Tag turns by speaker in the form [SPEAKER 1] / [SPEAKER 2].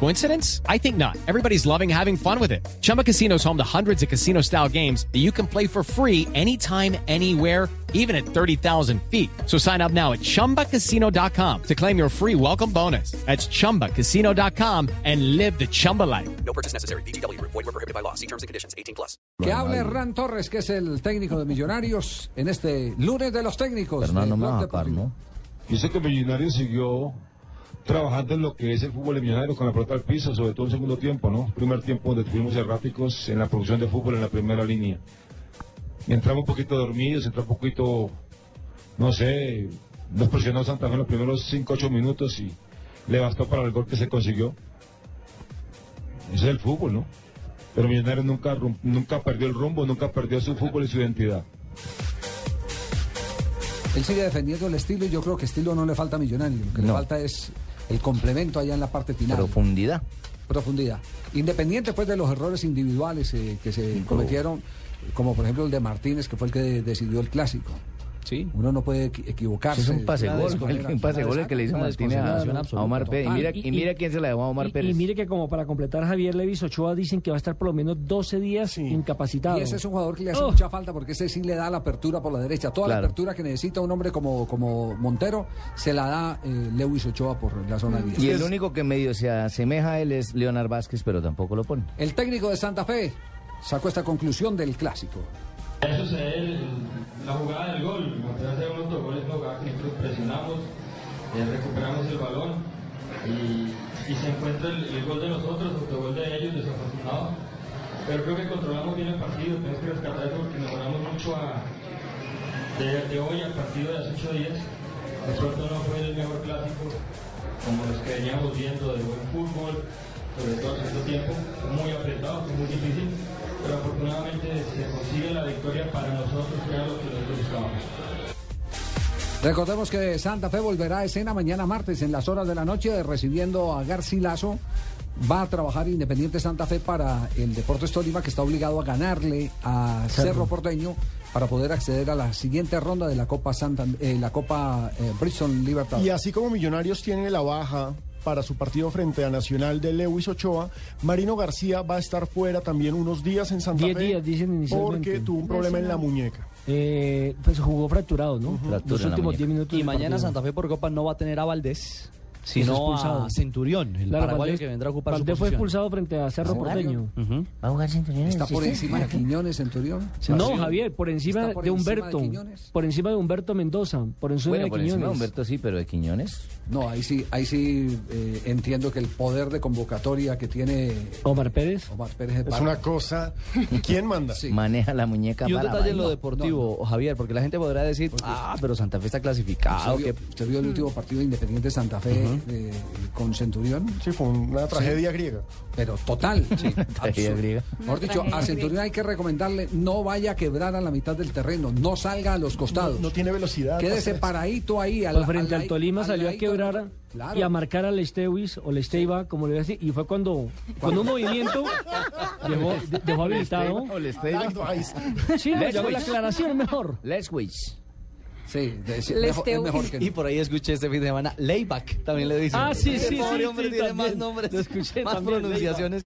[SPEAKER 1] Coincidence? I think not. Everybody's loving having fun with it. Chumba Casino is home to hundreds of casino style games that you can play for free anytime, anywhere even at 30,000 feet. So sign up now at ChumbaCasino.com to claim your free welcome bonus. That's ChumbaCasino.com and live the Chumba life.
[SPEAKER 2] No purchase necessary. BGW. Void were prohibited by law. See terms and conditions. 18 plus.
[SPEAKER 3] Que hable Hernán Torres, que es el técnico de Millonarios, en este lunes de los técnicos.
[SPEAKER 4] Hernán,
[SPEAKER 3] de
[SPEAKER 4] no me
[SPEAKER 3] Blog
[SPEAKER 4] vas a parar,
[SPEAKER 3] Deportivo.
[SPEAKER 4] ¿no?
[SPEAKER 5] Dice que Millonarios siguió trabajando en lo que es el fútbol de Millonarios con la pelota al piso, sobre todo en segundo tiempo, ¿no? Primer tiempo donde tuvimos erráticos en la producción de fútbol en la primera línea. Entramos un poquito dormidos, entramos un poquito, no sé, nos presionó Santa Fe en los primeros 5, 8 minutos y le bastó para el gol que se consiguió. Ese es el fútbol, ¿no? Pero Millonarios nunca, rum- nunca perdió el rumbo, nunca perdió su fútbol y su identidad.
[SPEAKER 3] Él sigue defendiendo el estilo y yo creo que estilo no le falta a Millonarios. Lo que le
[SPEAKER 4] No.
[SPEAKER 3] falta es el complemento allá en la parte final.
[SPEAKER 4] Profundidad.
[SPEAKER 3] profundidad. Independiente pues de los errores individuales eh, que se cometieron, como por ejemplo el de Martínez, que fue el que de- decidió el clásico.
[SPEAKER 6] Sí.
[SPEAKER 3] Uno no puede equi- equivocarse.
[SPEAKER 4] Es un pase
[SPEAKER 3] Una
[SPEAKER 4] gol,
[SPEAKER 3] descoordinación,
[SPEAKER 4] un pase
[SPEAKER 3] una
[SPEAKER 4] gol el que le hizo
[SPEAKER 3] descoordinación
[SPEAKER 4] Martínez a,
[SPEAKER 3] absoluta.
[SPEAKER 4] a Omar Pérez. Y
[SPEAKER 6] Ah,
[SPEAKER 4] mira,
[SPEAKER 7] Ah, Y-
[SPEAKER 4] y mira quién se la dejó a Omar
[SPEAKER 7] Y-
[SPEAKER 4] Pérez.
[SPEAKER 7] Y, mire que como para completar, Javier Levis Ochoa dicen que va a estar por lo menos 12 días incapacitado.
[SPEAKER 3] Y ese es un jugador que le hace
[SPEAKER 7] Oh.
[SPEAKER 3] mucha falta porque ese sí le da la apertura por la derecha. Toda la
[SPEAKER 4] Claro.
[SPEAKER 3] apertura que necesita un hombre como, como Montero se la da eh, Lewis Ochoa por la zona 10.
[SPEAKER 4] Mm. Y el único que medio se asemeja a él es Leonard Vázquez, pero tampoco lo pone.
[SPEAKER 3] El técnico de Santa Fe sacó esta conclusión del clásico.
[SPEAKER 8] Eso se ve en la jugada del gol. Cuando se hace un autogol es la jugada que nosotros presionamos, eh, recuperamos el balón y, y se encuentra el, el gol de nosotros, el autogol de ellos, desafortunado. Pero creo que controlamos bien el partido, tenemos que rescatar eso porque mejoramos mucho a, de, de hoy al partido de hace 8 días. De pronto no fue el mejor clásico como los que veníamos viendo de buen fútbol, sobre todo en este tiempo, fue muy apretado, fue muy difícil, pero afortunadamente se consigue la victoria para nosotros, que era lo que nosotros buscábamos.
[SPEAKER 3] Recordemos que Santa Fe volverá a escena mañana martes en las horas de la noche recibiendo a Garcilaso. Va a trabajar Independiente Santa Fe para el Deportes Tolima que está obligado a ganarle a Cerro Porteño para poder acceder a la siguiente ronda de la Copa Santa, eh, la Copa eh, Bristol Libertadores.
[SPEAKER 9] Y así como Millonarios tiene la baja para su partido frente a Nacional de Lewis Ochoa, Marino García va a estar fuera también unos días en Santa
[SPEAKER 7] Diez
[SPEAKER 9] Fe.
[SPEAKER 7] días, dicen inicialmente.
[SPEAKER 9] Porque tuvo un problema en la muñeca.
[SPEAKER 7] Eh, pues jugó fracturado, ¿no?
[SPEAKER 4] Fractura en
[SPEAKER 7] Los
[SPEAKER 4] la
[SPEAKER 7] últimos
[SPEAKER 4] muñeca.
[SPEAKER 7] 10 minutos.
[SPEAKER 6] Y
[SPEAKER 7] del
[SPEAKER 6] mañana
[SPEAKER 7] partido.
[SPEAKER 6] Santa Fe por Copa no va a tener a Valdés,
[SPEAKER 7] Es
[SPEAKER 6] sino
[SPEAKER 7] expulsado.
[SPEAKER 6] a Centurión, el
[SPEAKER 7] Claro,
[SPEAKER 6] paraguayo
[SPEAKER 7] Valdés-
[SPEAKER 6] que vendrá a ocupar
[SPEAKER 7] Valdés
[SPEAKER 6] su
[SPEAKER 7] fue
[SPEAKER 6] posición.
[SPEAKER 7] expulsado frente a Cerro Porteño.
[SPEAKER 6] Ujú.
[SPEAKER 4] ¿Va a jugar Centurión?
[SPEAKER 3] Está por encima de Quiñones, Centurión.
[SPEAKER 7] No, Javier, por encima
[SPEAKER 3] ¿Está por
[SPEAKER 7] de
[SPEAKER 3] encima de
[SPEAKER 7] Humberto.
[SPEAKER 3] Quiñones?
[SPEAKER 7] por encima de Humberto Mendoza. Por encima
[SPEAKER 4] Bueno,
[SPEAKER 7] de
[SPEAKER 4] por
[SPEAKER 7] Quiñones.
[SPEAKER 4] encima de Humberto sí, pero de Quiñones.
[SPEAKER 3] No, ahí sí, ahí sí eh, entiendo que el poder de convocatoria que tiene
[SPEAKER 7] Omar Pérez.
[SPEAKER 3] Omar Pérez de
[SPEAKER 9] Es
[SPEAKER 3] Parra-
[SPEAKER 9] una cosa. ¿Quién manda?
[SPEAKER 3] Sí.
[SPEAKER 4] Maneja la muñeca
[SPEAKER 6] Y un
[SPEAKER 4] para
[SPEAKER 6] detalle en lo
[SPEAKER 4] abajo.
[SPEAKER 6] deportivo, Javier, porque la gente podrá decir, ah, pero Santa Fe está
[SPEAKER 3] ¿Usted,
[SPEAKER 9] ah,
[SPEAKER 6] clasificado.
[SPEAKER 3] vio,
[SPEAKER 6] que
[SPEAKER 3] usted vio el último partido de Independiente Santa Fe eh, con Centurión?
[SPEAKER 9] Sí, fue una tragedia griega.
[SPEAKER 3] Pero total.
[SPEAKER 4] Tragedia
[SPEAKER 3] absurdo.
[SPEAKER 4] griega.
[SPEAKER 3] Mejor dicho, a Centurión hay que recomendarle no vaya a quebrar a la mitad del terreno, no salga a los costados.
[SPEAKER 9] No tiene velocidad.
[SPEAKER 3] Quédese
[SPEAKER 9] Cáceres.
[SPEAKER 3] paradito ahí.
[SPEAKER 7] Pues frente al,
[SPEAKER 3] lai-
[SPEAKER 7] Tolima
[SPEAKER 3] al
[SPEAKER 7] salió a
[SPEAKER 3] ladito.
[SPEAKER 7] quebrar
[SPEAKER 3] Claro.
[SPEAKER 7] y a marcar al Estewis o Lesteiva, como le voy a decir, y fue cuando con un movimiento dejó, de- dejó habilitado.
[SPEAKER 9] Exacto, ahí está.
[SPEAKER 7] Sí, ya la aclaración mejor.
[SPEAKER 4] Leswich.
[SPEAKER 3] Sí, de- sí, mejor, es mejor que no.
[SPEAKER 6] Y por ahí escuché este fin de semana, Layback, también le dicen.
[SPEAKER 7] Ah, sí,
[SPEAKER 6] Ese
[SPEAKER 7] sí,
[SPEAKER 6] pobre
[SPEAKER 7] sí,
[SPEAKER 6] hombre
[SPEAKER 7] sí,
[SPEAKER 6] tiene
[SPEAKER 7] también.
[SPEAKER 6] más nombres,
[SPEAKER 7] Lo escuché
[SPEAKER 6] más
[SPEAKER 7] también, Layback.
[SPEAKER 6] pronunciaciones